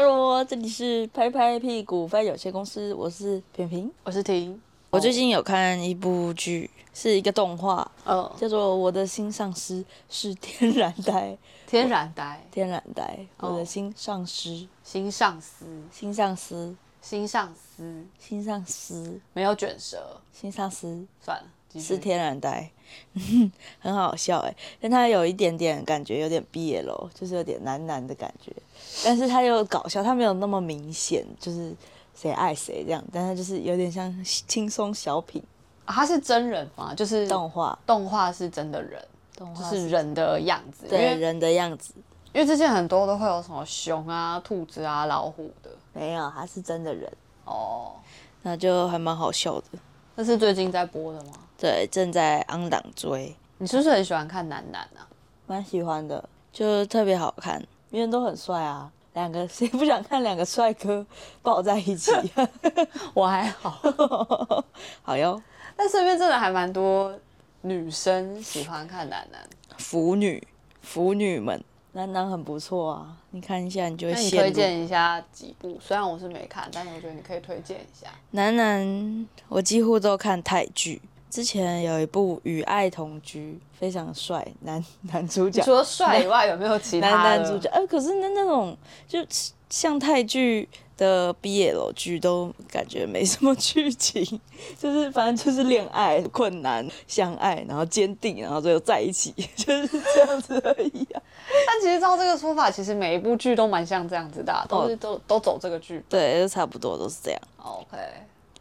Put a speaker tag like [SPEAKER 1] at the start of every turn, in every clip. [SPEAKER 1] 喽，这里是拍拍屁股饭有限公司，我是平平。
[SPEAKER 2] 我是婷。
[SPEAKER 1] 我最近有看一部剧，是一个动画，
[SPEAKER 2] 哦，
[SPEAKER 1] 叫做《我的心上司是天然呆》，
[SPEAKER 2] 天然呆，
[SPEAKER 1] 天然呆，
[SPEAKER 2] 哦
[SPEAKER 1] 我的心上司，
[SPEAKER 2] 新上司，
[SPEAKER 1] 心上司，
[SPEAKER 2] 新上司，
[SPEAKER 1] 心上司，
[SPEAKER 2] 没有卷舌，
[SPEAKER 1] 心上司
[SPEAKER 2] 算了，继
[SPEAKER 1] 是
[SPEAKER 2] 续。
[SPEAKER 1] 天然呆， 很好笑哎、但它有一点点感觉有点 BL，就是有点男男的感觉，但是它又搞笑，它没有那么明显，就是谁爱谁这样，但它就是有点像轻松小品
[SPEAKER 2] 啊他是真人吗？就是
[SPEAKER 1] 动画，
[SPEAKER 2] 动画是真的人，
[SPEAKER 1] 动
[SPEAKER 2] 就
[SPEAKER 1] 画
[SPEAKER 2] 是人的样子。因
[SPEAKER 1] 对
[SPEAKER 2] 为
[SPEAKER 1] 人的样子，
[SPEAKER 2] 因为之前很多都会有什么熊啊、兔子啊、老虎的。
[SPEAKER 1] 没有，它是真的人，
[SPEAKER 2] 哦，
[SPEAKER 1] 那就还蛮好笑的。
[SPEAKER 2] 这是最近在播的吗？
[SPEAKER 1] 对，正在昂档追，
[SPEAKER 2] 你是不是很喜欢看男男啊？
[SPEAKER 1] 蛮喜欢的，就特别好看，因为都很帅啊。两个 谁不想看两个帅哥抱在一起？
[SPEAKER 2] 我还好，
[SPEAKER 1] 好哟，
[SPEAKER 2] 但身边真的还蛮多女生喜欢看男男。
[SPEAKER 1] 腐女，腐女们，男男很不错啊，你看一下你就会
[SPEAKER 2] 那你
[SPEAKER 1] 陷入。
[SPEAKER 2] 推荐一下几部？虽然我是没看，但是我觉得你可以推荐一下。
[SPEAKER 1] 男男，我几乎都看泰剧。之前有一部《与爱同居》，非常帅，男 男主角
[SPEAKER 2] 除，了帅以外，有没有其他
[SPEAKER 1] 男
[SPEAKER 2] 的
[SPEAKER 1] 男主角。哎、可是那那种就像泰剧的 BL 剧都感觉没什么剧情，就是反正就是恋爱困难、相爱，然后坚定，然后最后在一起， 就是这样子而已啊。
[SPEAKER 2] 但其实照这个说法，其实每一部剧都蛮像这样子的啊、都是
[SPEAKER 1] 哦
[SPEAKER 2] 都都走这个剧本。
[SPEAKER 1] 对，就差不多都是这样。
[SPEAKER 2] OK，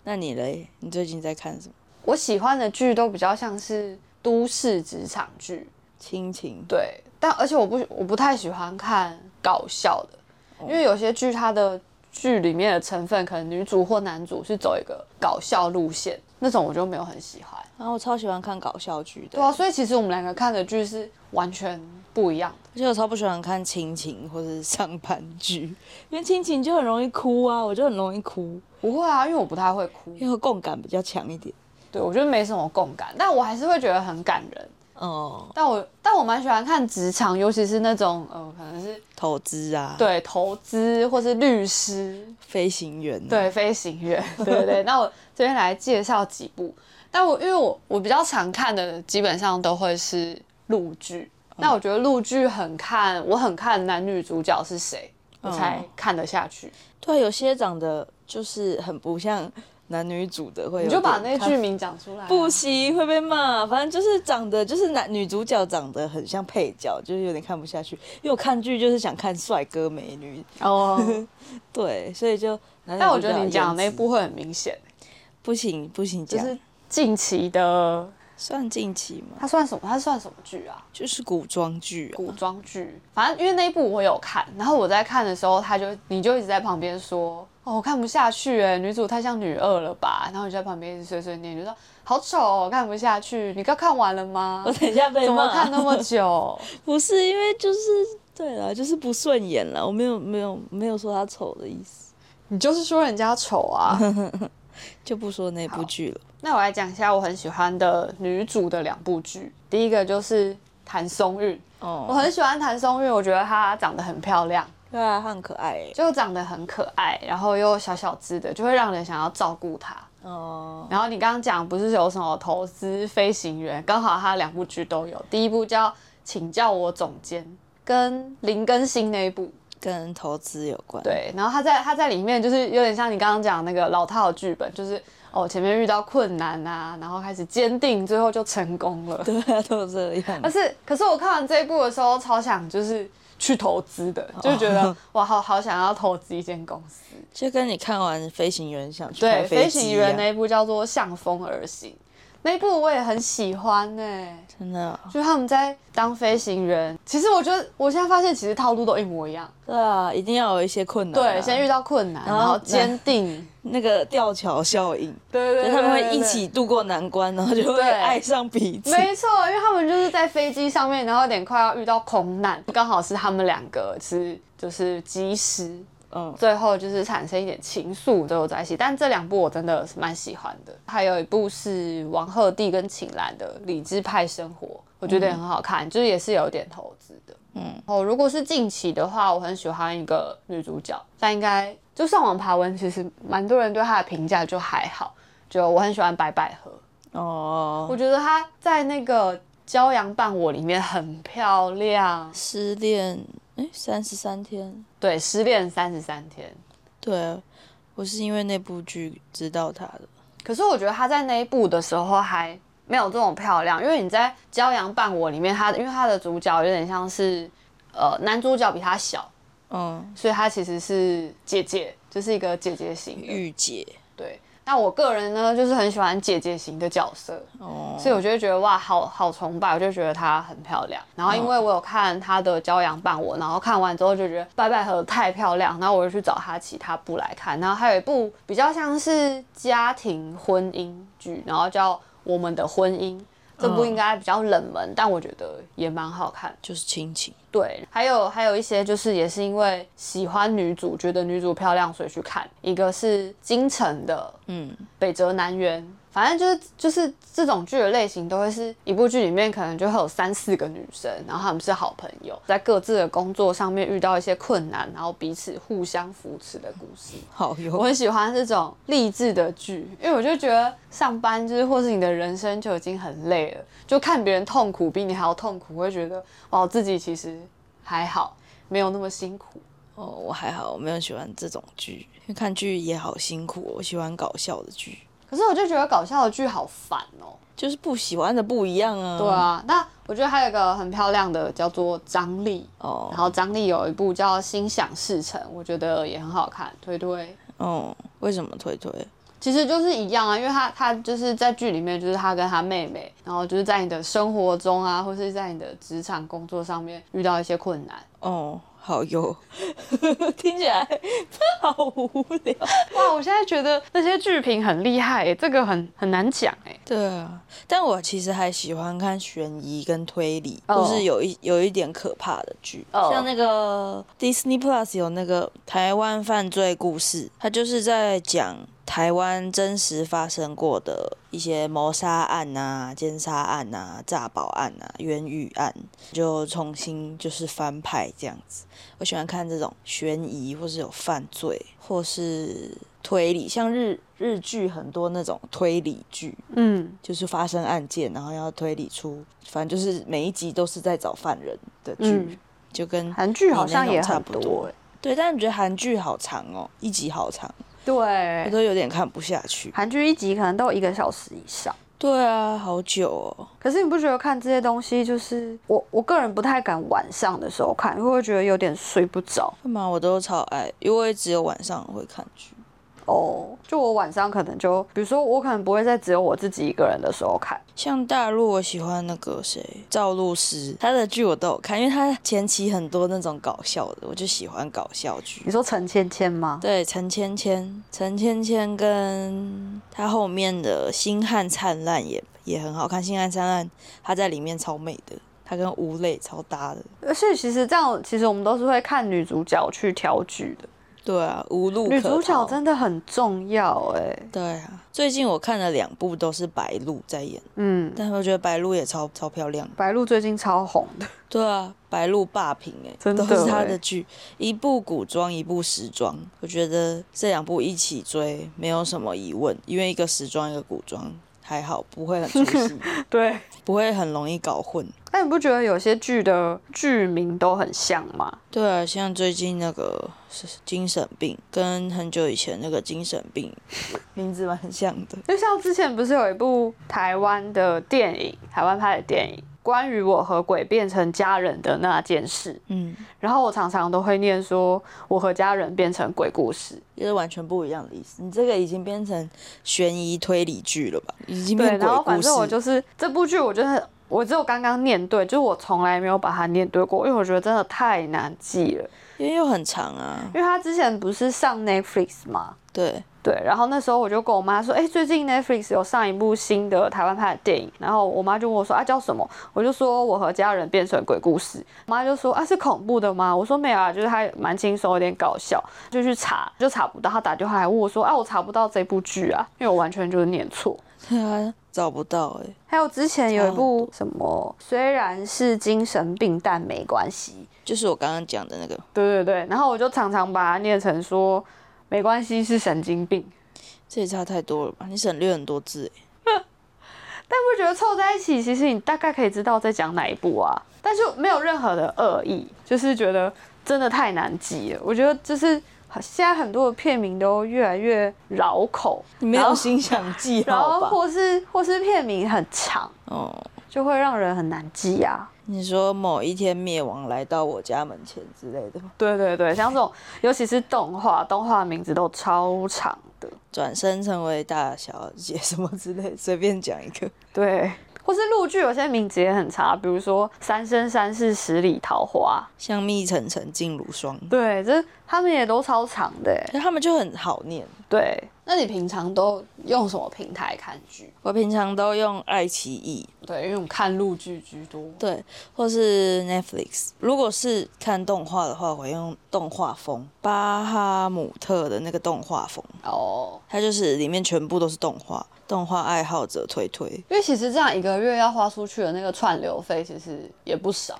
[SPEAKER 1] 那你嘞？你最近在看什么？
[SPEAKER 2] 我喜欢的剧都比较像是都市职场剧，
[SPEAKER 1] 亲情
[SPEAKER 2] 对。但而且我不我不太喜欢看搞笑的，
[SPEAKER 1] 哦
[SPEAKER 2] 因为有些剧它的剧里面的成分，可能女主或男主是走一个搞笑路线，那种我就没有很喜欢。
[SPEAKER 1] 然后我超喜欢看搞笑剧的，
[SPEAKER 2] 对啊，所以其实我们两个看的剧是完全不一样的。
[SPEAKER 1] 而且我超不喜欢看亲情或者是上班剧，因为亲情就很容易哭啊，我就很容易哭，
[SPEAKER 2] 不会啊，因为我不太会哭，
[SPEAKER 1] 因为共感比较强一点。
[SPEAKER 2] 对我觉得没什么共感，但我还是会觉得很感人。
[SPEAKER 1] 哦，
[SPEAKER 2] 但我但我蛮喜欢看职场，尤其是那种呃，可能是
[SPEAKER 1] 投资啊，，
[SPEAKER 2] 对投资或是律师，
[SPEAKER 1] 飞行员、，啊
[SPEAKER 2] 对飞行员， 对对对。那我这边来介绍几部，但我因为我我比较常看的基本上都会是陆剧。那我觉得陆剧很看，我很看男女主角是谁，我才看得下去。
[SPEAKER 1] 对，有些长得就是很不像男女主的，会有
[SPEAKER 2] 你就把
[SPEAKER 1] 点
[SPEAKER 2] 那
[SPEAKER 1] 看
[SPEAKER 2] 剧名讲出来啊、
[SPEAKER 1] 不行会被骂，反正就是长得就是男女主角长得很像配角，就是有点看不下去，因为我看剧就是想看帅哥美女，
[SPEAKER 2] 哦。
[SPEAKER 1] 对，所以就男女主角的颜值。
[SPEAKER 2] 但我觉得你讲的那部会很明显，
[SPEAKER 1] 不行不行
[SPEAKER 2] 就
[SPEAKER 1] 讲，
[SPEAKER 2] 是近期的，
[SPEAKER 1] 算近期嘛，
[SPEAKER 2] 它算什么？它算什么剧啊？
[SPEAKER 1] 就是古装剧、啊，
[SPEAKER 2] 古装剧，反正因为那一部我有看，然后我在看的时候，他就你就一直在旁边说，哦，我看不下去哎，女主太像女二了吧？然后你就在旁边一直碎碎念，你就说好丑、哦，看不下去。你刚看完了吗
[SPEAKER 1] 我？等一下被
[SPEAKER 2] 怎么
[SPEAKER 1] 骂。
[SPEAKER 2] 看那么 久？啊
[SPEAKER 1] 不是因为就是对了，就是不顺眼了。我没有没有没有说他丑的意思，
[SPEAKER 2] 你就是说人家丑啊。
[SPEAKER 1] 就不说那部剧了。
[SPEAKER 2] 那我来讲一下我很喜欢的女主的两部剧，第一个就是谭松韵，我
[SPEAKER 1] 哦，
[SPEAKER 2] 很喜欢谭松韵，我觉得她长得很漂亮。
[SPEAKER 1] 对啊，他很可爱欸。
[SPEAKER 2] 就长得很可爱，然后又小小只的，就会让人想要照顾它。
[SPEAKER 1] 哦，
[SPEAKER 2] 然后你刚刚讲不是有什么投资飞行员，刚好他两部剧都有，第一部叫《请叫我总监》，跟林更新那一部。
[SPEAKER 1] 跟投资有关。，
[SPEAKER 2] 对，然后他在他在里面就是有点像你刚刚讲那个老套的剧本，就是哦前面遇到困难啊，然后开始坚定，最后就成功了。
[SPEAKER 1] 对啊， 都这
[SPEAKER 2] 但
[SPEAKER 1] 样。
[SPEAKER 2] 是，可是我看完这一部的时候，超想就是去投资的，就觉得哇，好好想要投资一间公司。
[SPEAKER 1] 就跟你看完《飞行员》想去
[SPEAKER 2] 对，
[SPEAKER 1] 开
[SPEAKER 2] 《
[SPEAKER 1] 飞
[SPEAKER 2] 飞
[SPEAKER 1] 机
[SPEAKER 2] 行
[SPEAKER 1] 一
[SPEAKER 2] 员》
[SPEAKER 1] 样
[SPEAKER 2] 那一部叫做《向风而行》，那一部我也很喜欢呢、
[SPEAKER 1] 真的啊，
[SPEAKER 2] 就他们在当飞行员，其实我觉得我现在发现，其实套路都一模一样。
[SPEAKER 1] 对啊，一定要有一些困难啊。
[SPEAKER 2] 对，先遇到困难，
[SPEAKER 1] 然
[SPEAKER 2] 然
[SPEAKER 1] 后
[SPEAKER 2] 后坚定。
[SPEAKER 1] 那个吊桥效应，
[SPEAKER 2] 对对
[SPEAKER 1] 就
[SPEAKER 2] 对，
[SPEAKER 1] 他们会
[SPEAKER 2] 对
[SPEAKER 1] 一起。度过难关，然后就会
[SPEAKER 2] 对
[SPEAKER 1] 爱上彼
[SPEAKER 2] 对
[SPEAKER 1] 此。
[SPEAKER 2] 没错，因为他们就是在飞机上面，然后有点快要遇到空难，刚好是他们两个是就是及时，
[SPEAKER 1] 嗯，
[SPEAKER 2] 最后就是产生一点情愫，最后在一起。但这两部我真的是蛮喜欢的，还有一部是王鹤棣跟秦岚的《理智派生活》，我觉得也很好看，就是也是有点投资的。嗯，哦，如果是近期的话，我很喜欢一个女主角，但应该就上网爬文，其实蛮多人对她的评价就还好，就我很喜欢白百合，
[SPEAKER 1] 哦，
[SPEAKER 2] 我觉得她在那个《骄阳伴我》里面很漂亮，
[SPEAKER 1] 失恋哎，三十三天，
[SPEAKER 2] 对，失恋三十三天。
[SPEAKER 1] 对啊我是因为那部剧知道他的，
[SPEAKER 2] 可是我觉得她在那一部的时候还没有这种漂亮，因为你在《骄阳伴我》里面，她因为她的主角有点像是，呃，男主角比她小，
[SPEAKER 1] 嗯，
[SPEAKER 2] 所以她其实是姐姐，就是一个姐姐型的。
[SPEAKER 1] 御姐
[SPEAKER 2] 对，那我个人呢，就是很喜欢姐姐型的角色，
[SPEAKER 1] 哦，
[SPEAKER 2] 所以我就会觉得哇，好好崇拜，我就觉得她很漂亮。然后因为我有看她的《骄阳伴我》，然后看完之后就觉得白百合太漂亮，然后我就去找她其他部来看。然后还有一部比较像是家庭婚姻剧，然后叫《我们的婚姻》。这部应该比较冷门，但我觉得也蛮好看。
[SPEAKER 1] 就是亲情，
[SPEAKER 2] 对，还有还有一些就是也是因为喜欢女主，觉得女主漂亮，所以去看。一个是京城的
[SPEAKER 1] 嗯，
[SPEAKER 2] 北辙南辕，反正就是就是这种剧的类型，都会是一部剧里面可能就会有三四个女生，然后她们是好朋友，在各自的工作上面遇到一些困难，然后彼此互相扶持的故事。
[SPEAKER 1] 好
[SPEAKER 2] 我
[SPEAKER 1] 有
[SPEAKER 2] 很喜欢这种励志的剧，因为我就觉得上班就是或是你的人生就已经很累了，就看别人痛苦比你还要痛苦，会觉得哦自己其实还好，没有那么辛苦。
[SPEAKER 1] 哦，我还好，我没有喜欢这种剧，因为看剧也好辛苦哦，我喜欢搞笑的剧，
[SPEAKER 2] 可是我就觉得搞笑的剧好烦哦。
[SPEAKER 1] 就是不喜欢的不一样啊，
[SPEAKER 2] 对，啊，那我觉得还有一个很漂亮的叫做张力，
[SPEAKER 1] 哦，
[SPEAKER 2] 然后张力有一部叫《心想事成》，我觉得也很好看，推推。
[SPEAKER 1] 哦，为什么推推？
[SPEAKER 2] 其实就是一样啊，因为他他就是在剧里面，就是他跟他妹妹，然后就是在你的生活中啊，或是在你的职场工作上面遇到一些困难。
[SPEAKER 1] 哦，好有， 听起来 好无聊。
[SPEAKER 2] 哇，我现在觉得那些剧评很厉害、欸，这个很很难讲哎、
[SPEAKER 1] 对啊，但我其实还喜欢看悬疑跟推理，
[SPEAKER 2] 哦
[SPEAKER 1] 或是有一有一点可怕的剧
[SPEAKER 2] 哦
[SPEAKER 1] 像那个 Disney Plus 有那个台湾犯罪故事，它就是在讲台湾真实发生过的一些谋杀案啊、奸杀案啊、诈保案啊、冤狱案，就重新就是翻拍这样子。我喜欢看这种悬疑，或是有犯罪，或是推理，像日日剧很多那种推理剧，
[SPEAKER 2] 嗯，
[SPEAKER 1] 就是发生案件，然后要推理出，反正就是每一集都是在找犯人的剧，
[SPEAKER 2] 嗯
[SPEAKER 1] 就跟
[SPEAKER 2] 韩剧好像也
[SPEAKER 1] 你那种差
[SPEAKER 2] 很
[SPEAKER 1] 不
[SPEAKER 2] 多、
[SPEAKER 1] 多
[SPEAKER 2] 欸。
[SPEAKER 1] 对，但我觉得韩剧好长哦，一集好长，我
[SPEAKER 2] 对，
[SPEAKER 1] 都有点看不下去。
[SPEAKER 2] 欸韩剧一集可能都有一个小时以上。
[SPEAKER 1] 对啊，好久哦，
[SPEAKER 2] 可是你不觉得看这些东西，就是我我个人不太敢晚上的时候看，因为会觉得有点睡不着
[SPEAKER 1] 干嘛我都超爱，因为我也只有晚上会看剧。
[SPEAKER 2] 哦。就我晚上可能就，比如说我可能不会在只有我自己一个人的时候看。
[SPEAKER 1] 像大陆，我喜欢那个谁赵露思，她的剧我都有看，因为她前期很多那种搞笑的，我就喜欢搞笑剧
[SPEAKER 2] 你。说陈芊芊吗？
[SPEAKER 1] 对，陈芊芊，陈芊芊跟她后面的《星汉灿烂》也也很好看，《星汉灿烂》她在里面超美的，她跟吴磊超搭的。
[SPEAKER 2] 而且其实这样，其实我们都是会看女主角去挑剧的。
[SPEAKER 1] 对啊，无路可
[SPEAKER 2] 女主角
[SPEAKER 1] 逃
[SPEAKER 2] 真的很重要哎、
[SPEAKER 1] 对啊，最近我看了两部都是白鹿在演，
[SPEAKER 2] 嗯，
[SPEAKER 1] 但我觉得白鹿也超超漂亮的。
[SPEAKER 2] 白鹿最近超红的，
[SPEAKER 1] 对啊，白鹿霸屏哎、
[SPEAKER 2] 真的
[SPEAKER 1] 都是他
[SPEAKER 2] 欸
[SPEAKER 1] 的剧，一部古装，一部时装。我觉得这两部一起追没有什么疑问，因为一个时装，一个古装，还好不会很出 戏，
[SPEAKER 2] 对。
[SPEAKER 1] 不会很容易搞混。
[SPEAKER 2] 但你不觉得有些剧的剧名都很像吗？
[SPEAKER 1] 对啊，像最近那个是精神病，跟很久以前那个精神病名字蛮像的。
[SPEAKER 2] 就像之前不是有一部台湾的电影，台湾拍的电影，关于我和鬼变成家人的那件事，
[SPEAKER 1] 嗯，
[SPEAKER 2] 然后我常常都会念说我和家人变成鬼故事，
[SPEAKER 1] 就是完全不一样的意思。你这个已经变成悬疑推理剧了吧？已经
[SPEAKER 2] 对，
[SPEAKER 1] 变鬼
[SPEAKER 2] 然后
[SPEAKER 1] 故
[SPEAKER 2] 反
[SPEAKER 1] 事
[SPEAKER 2] 正。我就是这部剧，我觉得我只有刚刚念对，就是我从来没有把它念对过，因为我觉得真的太难记了，
[SPEAKER 1] 因为又很长啊，
[SPEAKER 2] 因为它之前不是上 Netflix 吗？
[SPEAKER 1] 对，
[SPEAKER 2] 对，然后那时候我就跟我妈说，哎、最近 Netflix 有上一部新的台湾拍的电影，然后我妈就问我说啊叫什么？我就说我和家人变成鬼故事，我妈就说啊是恐怖的吗？我说没有啊，就是它蛮轻松，有点搞笑，就去查就查不到，她打电话来问我说啊我查不到这部剧啊，因为我完全就是念错，
[SPEAKER 1] 他找不到哎、
[SPEAKER 2] 还有之前有一
[SPEAKER 1] 差
[SPEAKER 2] 部什么，虽然是精神病，但没关系。
[SPEAKER 1] 就是我刚刚讲的那个，
[SPEAKER 2] 对对对，然后我就常常把它念成说没关系是神经病，
[SPEAKER 1] 这也差太多了吧？你省略很多字哎、
[SPEAKER 2] 但不觉得凑在一起，其实你大概可以知道在讲哪一部啊，但是没有任何的恶意，就是觉得真的太难记了。我觉得就是现在很多的片名都越来越绕口，
[SPEAKER 1] 你没
[SPEAKER 2] 然
[SPEAKER 1] 有
[SPEAKER 2] 后
[SPEAKER 1] 心想记
[SPEAKER 2] 然
[SPEAKER 1] 好
[SPEAKER 2] 后
[SPEAKER 1] 吧？
[SPEAKER 2] 或是或是片名很长，
[SPEAKER 1] 哦，
[SPEAKER 2] 就会让人很难记啊。
[SPEAKER 1] 你说某一天灭亡来到我家门前之类的吗，
[SPEAKER 2] 对对对，像这种，尤其是动画，动画名字都超长的。
[SPEAKER 1] 转身成为大小姐什么之类， 随便讲一个。
[SPEAKER 2] 对，或是陆剧有些名字也很差，比如说《三生三世十里桃花
[SPEAKER 1] 像蜜沉沉烬如霜，》。
[SPEAKER 2] 对，这他们也都超长的欸。
[SPEAKER 1] 可是他们就很好念。
[SPEAKER 2] 对，那你平常都用什么平台看剧？
[SPEAKER 1] 我平常都用爱奇艺，
[SPEAKER 2] 对，因为我看陆剧居多。
[SPEAKER 1] 对，或是 Netflix。如果是看动画的话，我会用动画风，巴哈姆特的那个动画风，
[SPEAKER 2] 哦，
[SPEAKER 1] 它就是里面全部都是动画，动画爱好者推推。
[SPEAKER 2] 因为其实这样一个月要花出去的那个串流费，其实也不少。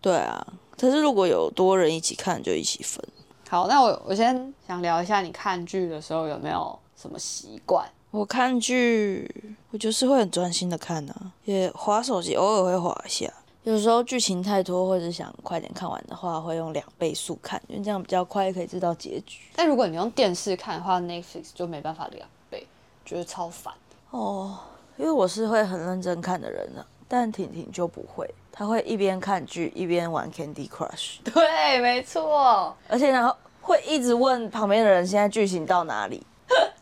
[SPEAKER 1] 对啊，可是如果有多人一起看，就一起分。
[SPEAKER 2] 好，那我我先想聊一下，你看剧的时候有没有什么习惯？
[SPEAKER 1] 我看剧，我就是会很专心的看啊，也划手机，偶尔会划一下。有时候剧情太多，或者想快点看完的话，会用两倍速看，因为这样比较快可以知道结局。
[SPEAKER 2] 但如果你用电视看的话，Netflix 就没办法两倍，觉得超烦。
[SPEAKER 1] 哦，因为我是会很认真看的人呢、啊但婷婷就不会，她会一边看剧一边玩 Candy Crush，
[SPEAKER 2] 对，没错，
[SPEAKER 1] 而且然后会一直问旁边的人现在剧情到哪里，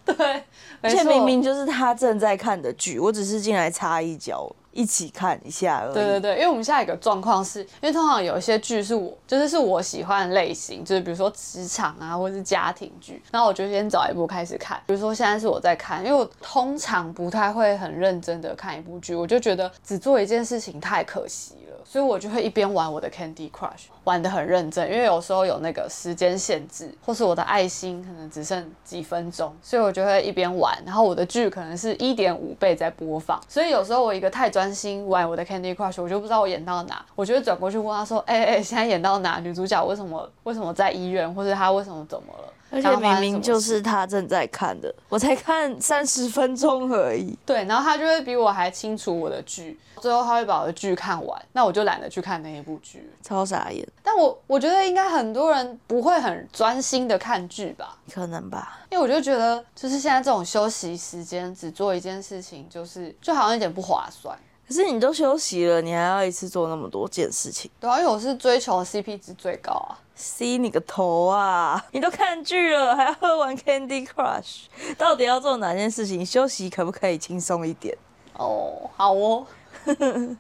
[SPEAKER 2] 对，而
[SPEAKER 1] 而且明明就是她正在看的剧，我只是进来插一脚，一起看一下而已。
[SPEAKER 2] 对对对，因为我们现在有个状况是，因为通常有一些剧是我就是是我喜欢的类型，就是比如说职场啊，或是家庭剧，然后我就先找一部开始看。比如说现在是我在看，因为我通常不太会很认真的看一部剧，我就觉得只做一件事情太可惜了，所以我就会一边玩我的 Candy Crush，玩的很认真，因为有时候有那个时间限制，或是我的爱心可能只剩几分钟，所以我就会一边玩，然后我的剧可能是一点五倍在播放，所以有时候我一个太专心玩我的 Candy Crush，我就不知道我演到哪，我就会转过去问他说：“哎、哎、现在演到哪？女主角为什么为什么在医院，或者她为什么怎么了？”
[SPEAKER 1] 而
[SPEAKER 2] 然
[SPEAKER 1] 且
[SPEAKER 2] 后
[SPEAKER 1] 明
[SPEAKER 2] 发生什
[SPEAKER 1] 明
[SPEAKER 2] 么
[SPEAKER 1] 就
[SPEAKER 2] 事
[SPEAKER 1] 是她正在看的，我才 看三十分钟而已。
[SPEAKER 2] 对，然后他就会比我还清楚我的剧，最后他会把我的剧看完，那我就懒得去看那一部剧。
[SPEAKER 1] 超傻眼，
[SPEAKER 2] 但我我觉得应该很多人不会很专心的看剧吧，
[SPEAKER 1] 可能吧？
[SPEAKER 2] 因为我就觉得就是现在这种休息时间只做一件事情，就是就好像有点不划算。
[SPEAKER 1] 可是你都休息了，你还要一次做那么多件事情。
[SPEAKER 2] 对啊，因为我是追求 CP 值最高啊。
[SPEAKER 1] C 你个头 啊！你都看剧了，还要玩 Candy Crush，到底要做哪件事情？休息可不可以轻松一点？
[SPEAKER 2] 哦，好哦，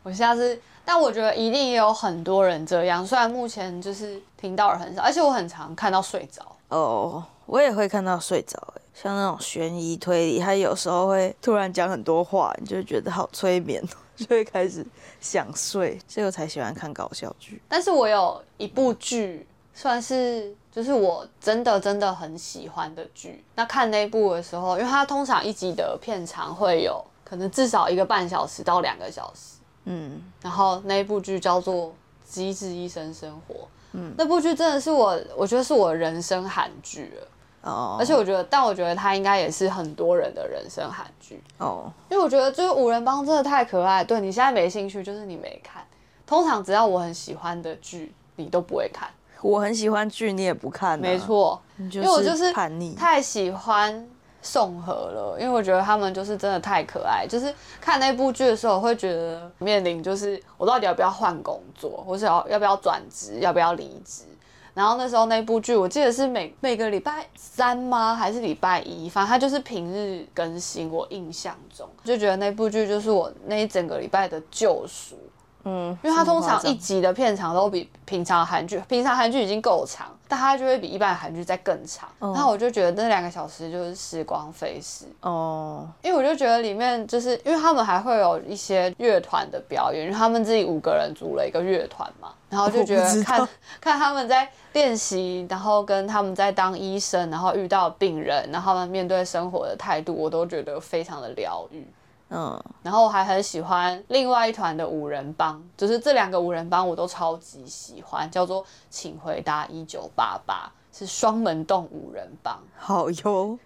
[SPEAKER 2] 我下次。但我觉得一定也有很多人这样，虽然目前就是听到的很少，而且我很常看到睡着。
[SPEAKER 1] 哦、我也会看到睡着、欸，像那种悬疑推理，他有时候会突然讲很多话，你就会觉得好催眠 哦，就会开始想睡，所以我才喜欢看搞笑剧。
[SPEAKER 2] 但是我有一部剧，算是就是我真的真的很喜欢的剧。那看那部的时候，因为它通常一集的片长会有可能至少一个半小时到两个小时，
[SPEAKER 1] 嗯，
[SPEAKER 2] 然后那一部剧叫做《机智医生生活》。嗯，那部剧真的是我，我觉得是我人生韩剧了。
[SPEAKER 1] 哦，
[SPEAKER 2] 而且我觉得，但我觉得它应该也是很多人的人生韩剧。
[SPEAKER 1] 哦，
[SPEAKER 2] 因为我觉得就是五人帮真的太可爱。对你现在没兴趣，就是你没看。通常只要我很喜欢的剧，你都不会看。
[SPEAKER 1] 我很喜欢剧，你也不看、啊，
[SPEAKER 2] 没，错，
[SPEAKER 1] 你
[SPEAKER 2] 因为我
[SPEAKER 1] 就
[SPEAKER 2] 就是
[SPEAKER 1] 是叛逆。
[SPEAKER 2] 太喜欢宋和了，因为我觉得他们就是真的太可爱。就是看那部剧的时候，我会觉得面临就是我到底要不要换工作，或是要要不要转职，要不要离职。然后那时候那部剧，我记得是每每个礼拜三吗？还是礼拜一？反正它就是平日更新。我印象中就觉得那部剧就是我那一整个礼拜的救赎。
[SPEAKER 1] 嗯，
[SPEAKER 2] 因为它
[SPEAKER 1] 这么
[SPEAKER 2] 通
[SPEAKER 1] 夸
[SPEAKER 2] 常
[SPEAKER 1] 张
[SPEAKER 2] 一集的片长都比平常韩剧，平常韩剧已经够长，但它就会比一般韩剧再更长。
[SPEAKER 1] 嗯
[SPEAKER 2] 然后我就觉得那两个小时就是时光飞逝，
[SPEAKER 1] 哦，
[SPEAKER 2] 因为我就觉得里面就是因为他们还会有一些乐团的表演，因为他们自己五个人组了一个乐团嘛，然后就觉
[SPEAKER 1] 我不知
[SPEAKER 2] 得
[SPEAKER 1] 道
[SPEAKER 2] 看看他们在练习，然后跟他们在当医生，然后遇到病人，然后他们面对生活的态度，我都觉得非常的疗愈。
[SPEAKER 1] 嗯，
[SPEAKER 2] 然后我还很喜欢另外一团的五人帮，就是这两个五人帮我都超级喜欢，叫做《请回答一九八八》，是双门洞五人帮。
[SPEAKER 1] 好哟，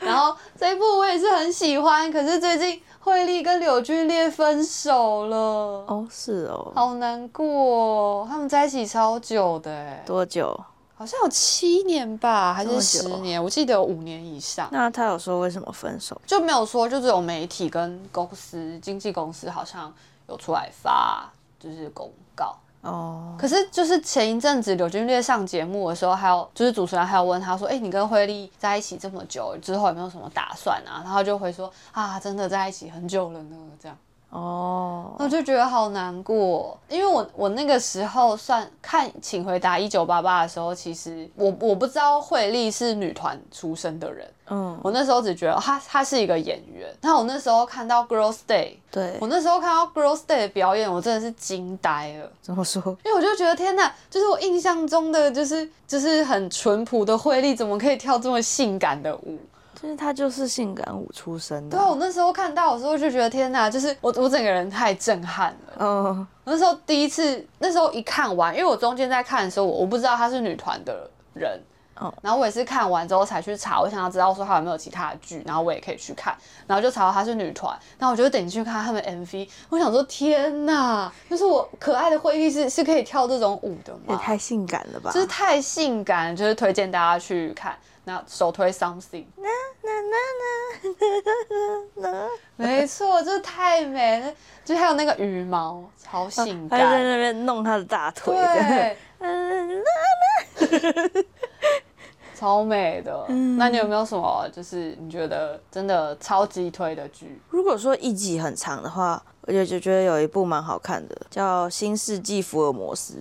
[SPEAKER 2] 然后这一部我也是很喜欢，可是最近惠利跟柳俊烈分手了，
[SPEAKER 1] 哦是哦，
[SPEAKER 2] 好难过、哦。他们在一起超久的欸，
[SPEAKER 1] 多久？
[SPEAKER 2] 好像有七年吧，还
[SPEAKER 1] 这
[SPEAKER 2] 是
[SPEAKER 1] 么
[SPEAKER 2] 十
[SPEAKER 1] 久
[SPEAKER 2] 年？我记得有五年以上。
[SPEAKER 1] 那他有说为什么分手？
[SPEAKER 2] 就没有说，就只有媒体跟公司、经纪公司好像有出来发就是公告。
[SPEAKER 1] 哦，
[SPEAKER 2] 可是就是前一阵子柳君烈上节目的时候，还有就是主持人还有问他说：“哎、你跟惠利在一起这么久之后有没有什么打算啊？”然后他就回说：“啊，真的在一起很久了呢。”这样，
[SPEAKER 1] 哦，
[SPEAKER 2] 我就觉得好难过，因为我我那个时候算看《请回答一九八八》的时候，其实我我不知道惠利是女团出身的人。
[SPEAKER 1] 嗯，
[SPEAKER 2] 我那时候只觉得哦他他是一个演员。然后我那时候看到 Girls Day，
[SPEAKER 1] 对
[SPEAKER 2] 我，那时候看到 Girls Day 的表演，我真的是惊呆了，
[SPEAKER 1] 怎么说？
[SPEAKER 2] 因为我就觉得天哪，就是我印象中的就是就是很淳朴的惠利，怎么可以跳这么性感的舞？
[SPEAKER 1] 就是他就是性感舞出身的
[SPEAKER 2] 对啊，，我那时候看到的时候就觉得天哪，就是我我整个人太震撼了。
[SPEAKER 1] 嗯，
[SPEAKER 2] 我那时候第一次，那时候一看完，因为我中间在看的时候，我我不知道她是女团的人。
[SPEAKER 1] 哦
[SPEAKER 2] 然后我也是看完之后才去查，我想要知道说她有没有其他的剧，然后我也可以去看，然后就查到她是女团，然后我就点进去看他们 MV，我想说天哪，就是我可爱的会议是是可以跳这种舞的
[SPEAKER 1] 也
[SPEAKER 2] 吗？
[SPEAKER 1] 太性感了吧？
[SPEAKER 2] 就是太性感，就是推荐大家去看。那首推 Something，没错，就是太美了，就还有那个羽毛，超性
[SPEAKER 1] 他就在
[SPEAKER 2] 感。
[SPEAKER 1] 那边弄他的大腿，
[SPEAKER 2] 对，
[SPEAKER 1] 嗯，
[SPEAKER 2] 超美的。那你有没有什么就是你觉得真的超级推的剧？
[SPEAKER 1] 如果说一集很长的话，我就就觉得有一部蛮好看的，叫《新世纪福尔摩斯》，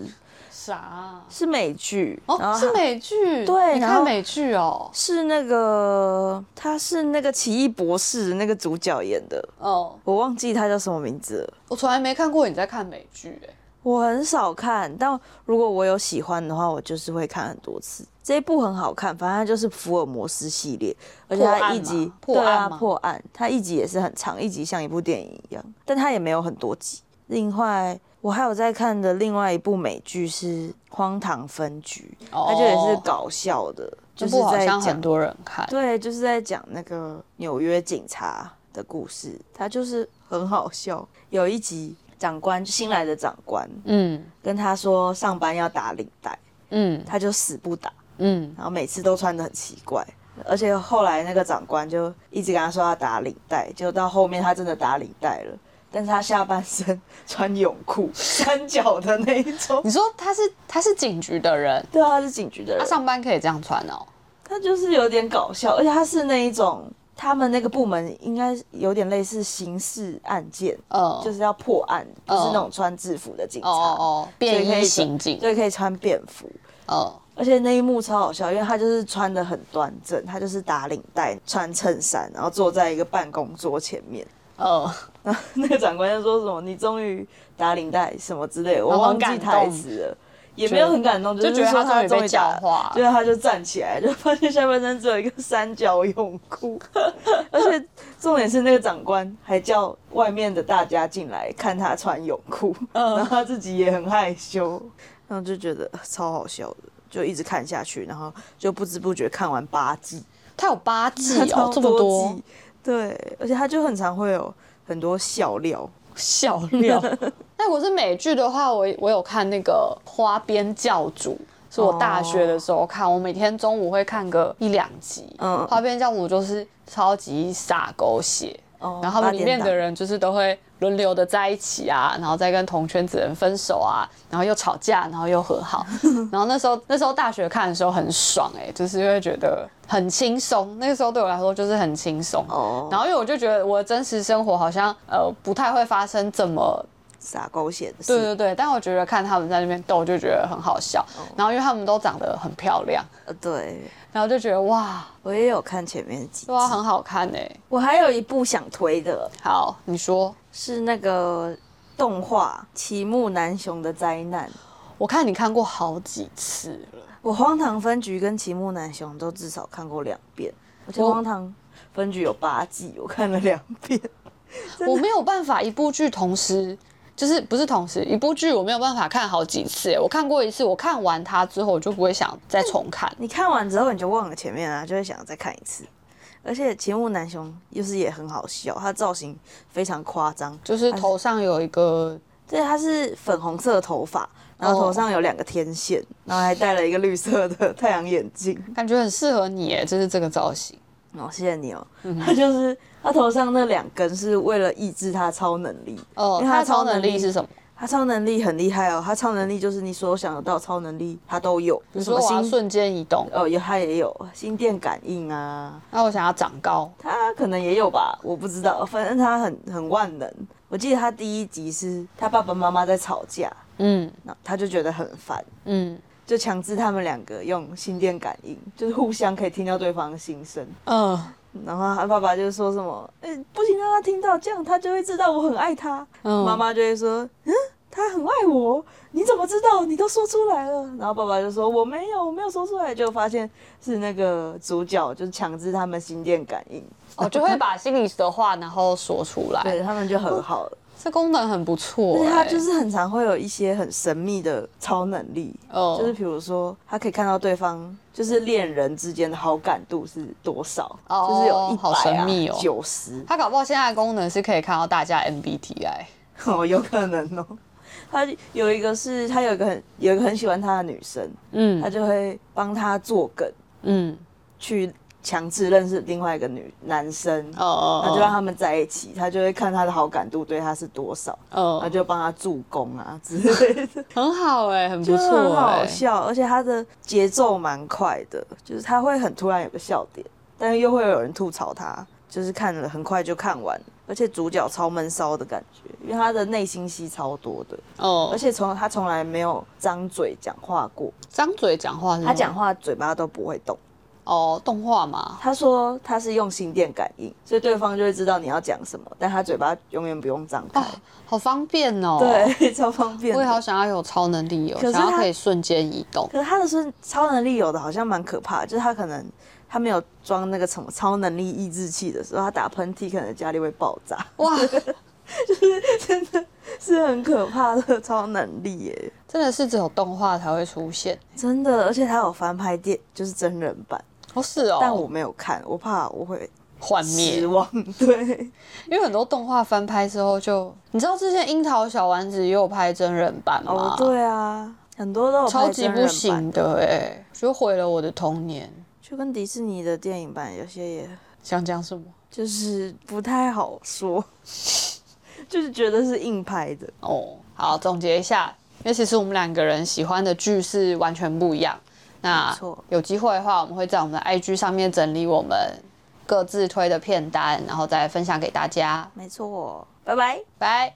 [SPEAKER 2] 啥啊？
[SPEAKER 1] 是美剧，然
[SPEAKER 2] 哦，
[SPEAKER 1] 后
[SPEAKER 2] 是
[SPEAKER 1] 它
[SPEAKER 2] 美剧，
[SPEAKER 1] 对
[SPEAKER 2] 你
[SPEAKER 1] 然
[SPEAKER 2] 看
[SPEAKER 1] 后
[SPEAKER 2] 美剧哦，
[SPEAKER 1] 是那个他是那个奇异博士那个主角演的，
[SPEAKER 2] 哦，
[SPEAKER 1] 我忘记他叫什么名字了。
[SPEAKER 2] 我从来没看过你在看美剧，哎，
[SPEAKER 1] 我很少看，但如果我有喜欢的话，我就是会看很多次。这一部很好看，反正它就是福尔摩斯系列，而且
[SPEAKER 2] 破
[SPEAKER 1] 它
[SPEAKER 2] 案
[SPEAKER 1] 一集
[SPEAKER 2] 吗破
[SPEAKER 1] 对啊
[SPEAKER 2] 案吗
[SPEAKER 1] 破案，它一集也是很长，一集像一部电影一样，但它也没有很多集。另外，我还有在看的另外一部美剧是《荒唐分局》，
[SPEAKER 2] 哦
[SPEAKER 1] 它就也是搞笑的，就
[SPEAKER 2] 这
[SPEAKER 1] 是
[SPEAKER 2] 部好
[SPEAKER 1] 在
[SPEAKER 2] 像
[SPEAKER 1] 讲
[SPEAKER 2] 很多人看。
[SPEAKER 1] 对，就是在讲那个纽约警察的故事，它就是很好笑。有一集长官新来的长官，
[SPEAKER 2] 嗯
[SPEAKER 1] 跟他说上班要打领带，
[SPEAKER 2] 嗯
[SPEAKER 1] 他就死不打，
[SPEAKER 2] 嗯，
[SPEAKER 1] 然后每次都穿的很奇怪。而且后来那个长官就一直跟他说要打领带，就到后面他真的打领带了，但是他下半身穿泳裤， 三角的那一种。
[SPEAKER 2] 你说他是他是警局的人，
[SPEAKER 1] 对啊，他是警局的
[SPEAKER 2] 他
[SPEAKER 1] 人，
[SPEAKER 2] 上班可以这样穿哦。
[SPEAKER 1] 他就是有点搞笑，而且他是那一种他们那个部门应该有点类似刑事案件，
[SPEAKER 2] 嗯，
[SPEAKER 1] 就是是要破案，不
[SPEAKER 2] 哦
[SPEAKER 1] 是那种穿制服的警察，
[SPEAKER 2] 哦哦，
[SPEAKER 1] 所以可以
[SPEAKER 2] 便衣刑警，
[SPEAKER 1] 所以可以穿便服。
[SPEAKER 2] 哦
[SPEAKER 1] 而且那一幕超好笑，因为他就是穿的很端正，他就是打领带、穿衬衫，然后坐在一个办公桌前面。
[SPEAKER 2] 哦，
[SPEAKER 1] 然后那个长官就说什么“你终于打领带”什么之类的，
[SPEAKER 2] 然
[SPEAKER 1] 我
[SPEAKER 2] 后
[SPEAKER 1] 忘
[SPEAKER 2] 很
[SPEAKER 1] 记
[SPEAKER 2] 感
[SPEAKER 1] 台
[SPEAKER 2] 动
[SPEAKER 1] 词了，也没有很感动，
[SPEAKER 2] 就觉
[SPEAKER 1] 是
[SPEAKER 2] 得
[SPEAKER 1] 说
[SPEAKER 2] 他终
[SPEAKER 1] 他
[SPEAKER 2] 于
[SPEAKER 1] 终
[SPEAKER 2] 被
[SPEAKER 1] 于
[SPEAKER 2] 教
[SPEAKER 1] 打了
[SPEAKER 2] 化
[SPEAKER 1] 对，他就站起来，就 发现下半身只有一个三角泳裤， 而且重点是那个长官还叫外面的大家进来看他穿泳裤， 然后他自己也很害羞，嗯然后就觉得呃超好笑的，就一直看下去，然后就不知不觉看完八季，
[SPEAKER 2] 他有八季
[SPEAKER 1] 超
[SPEAKER 2] 哦，这么多
[SPEAKER 1] 季，对，而且他就很常会有很多笑料，
[SPEAKER 2] 笑料。 那我是美剧的话，我我有看那个《花边教主》，是我大学的时候看，我每天中午会看个一两集。嗯，
[SPEAKER 1] 嗯
[SPEAKER 2] 《花边教主》就是超级洒狗血，
[SPEAKER 1] 哦
[SPEAKER 2] 然后他
[SPEAKER 1] 八
[SPEAKER 2] 们里
[SPEAKER 1] 点
[SPEAKER 2] 面
[SPEAKER 1] 档
[SPEAKER 2] 的人就是都会轮流的在一起啊，然后再跟同圈子人分手啊，然后又吵架，然后又和 好。然后那时候那时候大学看的时候很爽哎、就是会觉得很轻松。那个时候对我来说就是很轻松。
[SPEAKER 1] 哦，
[SPEAKER 2] 然后因为我就觉得我的真实生活好像呃不太会发生这么
[SPEAKER 1] 撒狗血的
[SPEAKER 2] 对
[SPEAKER 1] 事，
[SPEAKER 2] 对对，但我觉得看他们在那边斗就觉得很好笑，
[SPEAKER 1] 哦
[SPEAKER 2] 然后因为他们都长得很漂亮，
[SPEAKER 1] 呃对
[SPEAKER 2] 然后就觉得哇，
[SPEAKER 1] 我也有看前面几集
[SPEAKER 2] 对。啊，很好看哎、
[SPEAKER 1] 我还有一部想推的
[SPEAKER 2] 好，你说，
[SPEAKER 1] 是那个动画《奇木南雄的灾难》，
[SPEAKER 2] 我看你看过好几次了，
[SPEAKER 1] 我《荒唐分局》跟《奇木南雄》都至少看过两遍，而且《
[SPEAKER 2] 我
[SPEAKER 1] 荒唐分局》有八季，我看了两遍。
[SPEAKER 2] 我没有办法一部剧同时，就是不是同时一部剧，我没有办法看好几次耶。我看过一次，我看完它之后，我就不会想再重看。
[SPEAKER 1] 你看完之后你就忘了前面啊，就会想再看一次。而且秦木南雄又是也很好笑，他造型非常夸张，
[SPEAKER 2] 就是头上有一个，
[SPEAKER 1] 对，他是粉红色的头发，然后头上有两个天线，然后还戴了一个绿色的太阳眼镜。
[SPEAKER 2] 感觉很适合你耶，就是这个造型。
[SPEAKER 1] 哦，谢谢你哦。
[SPEAKER 2] 嗯
[SPEAKER 1] 他就是他头上那两根是为了抑制他超能力，
[SPEAKER 2] 哦，
[SPEAKER 1] 因为
[SPEAKER 2] 它
[SPEAKER 1] 它
[SPEAKER 2] 的超
[SPEAKER 1] 超
[SPEAKER 2] 能
[SPEAKER 1] 能
[SPEAKER 2] 力
[SPEAKER 1] 力
[SPEAKER 2] 是什么？
[SPEAKER 1] 他超能力很厉害哦，他超能力就是你所想得到超能力他都有，比
[SPEAKER 2] 比如说我要瞬间移动，
[SPEAKER 1] 哦，有他也有心电感应啊，
[SPEAKER 2] 那我想要长高，
[SPEAKER 1] 他可能也有吧，我不知道，反正他很很万能。我记得他第一集是他爸爸妈妈在吵架，
[SPEAKER 2] 嗯
[SPEAKER 1] 那他就觉得很烦，
[SPEAKER 2] 嗯
[SPEAKER 1] 就强制他们两个用心电感应，就是互相可以听到对方的心声。
[SPEAKER 2] 嗯
[SPEAKER 1] 然后他爸爸就说什么：“哎、不行，让他听到，这样他就会知道我很爱他。
[SPEAKER 2] 嗯
[SPEAKER 1] 妈妈就会说：“嗯，他很爱我，你怎么知道？你都说出来了。”然后爸爸就说：“我没有，我没有说出来。”就发现是那个主角就是强制他们心电感应，
[SPEAKER 2] 哦，就会把心里的话然后说出来，
[SPEAKER 1] 对他们就和好了。
[SPEAKER 2] 这功能很不错哎
[SPEAKER 1] 对，
[SPEAKER 2] 耶。
[SPEAKER 1] 他就是很常会有一些很神秘的超能力，
[SPEAKER 2] 哦
[SPEAKER 1] 就是比如说他可以看到对方就是恋人之间的好感度是多少，
[SPEAKER 2] 哦
[SPEAKER 1] 就是有一
[SPEAKER 2] 好
[SPEAKER 1] 百
[SPEAKER 2] 神
[SPEAKER 1] 啊
[SPEAKER 2] 秘哦、
[SPEAKER 1] 九十、
[SPEAKER 2] 它搞不好现在的功能是可以看到大家 MBTI。
[SPEAKER 1] 哦，有可能哦。 他有一个是他有一个很有一个很喜欢他的女生，他
[SPEAKER 2] 嗯
[SPEAKER 1] 就会帮他做梗，
[SPEAKER 2] 嗯
[SPEAKER 1] 去强制认识另外一个女男生，
[SPEAKER 2] 哦哦，
[SPEAKER 1] 他就让他们在一起，他就会看他的好感度对他是多少，他
[SPEAKER 2] 哦
[SPEAKER 1] 就帮他助攻啊之类的，
[SPEAKER 2] 很好哎、很 不
[SPEAKER 1] 就是很
[SPEAKER 2] 错哎、
[SPEAKER 1] 好笑，而且他的节奏蛮快的，就是他会很突然有个笑点，但是又会有人吐槽他，就是看了很快就看完，而且主角超闷骚的感觉，因为他的内心戏超多的。而
[SPEAKER 2] 哦，
[SPEAKER 1] 且从他从来没有张嘴讲话过，
[SPEAKER 2] 张嘴讲话是吗
[SPEAKER 1] 他讲话嘴巴都不会动。
[SPEAKER 2] 哦动画嘛，
[SPEAKER 1] 他说他是用心电感应，所以对方就会知道你要讲什么，但他嘴巴永远不用张开。
[SPEAKER 2] 哦好方便哦。，
[SPEAKER 1] 对， 超方便的。
[SPEAKER 2] 我也好想要有超能力哦，
[SPEAKER 1] 可是
[SPEAKER 2] 想要
[SPEAKER 1] 它
[SPEAKER 2] 可以瞬间移动。
[SPEAKER 1] 可是他的是超能力有的好像蛮可怕的，就是他可能他没有装那个什么超能力抑制器的时候，他打喷嚏可能家里会爆炸，
[SPEAKER 2] 哇，
[SPEAKER 1] 是很可怕的超能力耶，
[SPEAKER 2] 真的是只有动画才会出现
[SPEAKER 1] 真的。而且他有翻拍电，就是真人版，
[SPEAKER 2] 哦，是哦，
[SPEAKER 1] 但我没有看，我怕我会
[SPEAKER 2] 幻灭
[SPEAKER 1] 失，望。 对。
[SPEAKER 2] 因为很多动画翻拍之后就，你知道之前樱桃小丸子也有拍真人版
[SPEAKER 1] 哦，
[SPEAKER 2] 吗？
[SPEAKER 1] 对啊，很多都有
[SPEAKER 2] 超
[SPEAKER 1] 拍
[SPEAKER 2] 级
[SPEAKER 1] 真
[SPEAKER 2] 不
[SPEAKER 1] 人
[SPEAKER 2] 行
[SPEAKER 1] 版，
[SPEAKER 2] 的哎、就毁了我的童年。
[SPEAKER 1] 就跟迪士尼的电影版有些也
[SPEAKER 2] 想讲什么？
[SPEAKER 1] 就是不太好说， 就是觉得是硬拍的。
[SPEAKER 2] 哦，好，总结一下，因为其实我们两个人喜欢的剧是完全不一样。那
[SPEAKER 1] 没错
[SPEAKER 2] 有机会的话，我们会在我们的 IG 上面整理我们各自推的片单，然后再分享给大家。
[SPEAKER 1] 没错，拜拜。
[SPEAKER 2] 拜。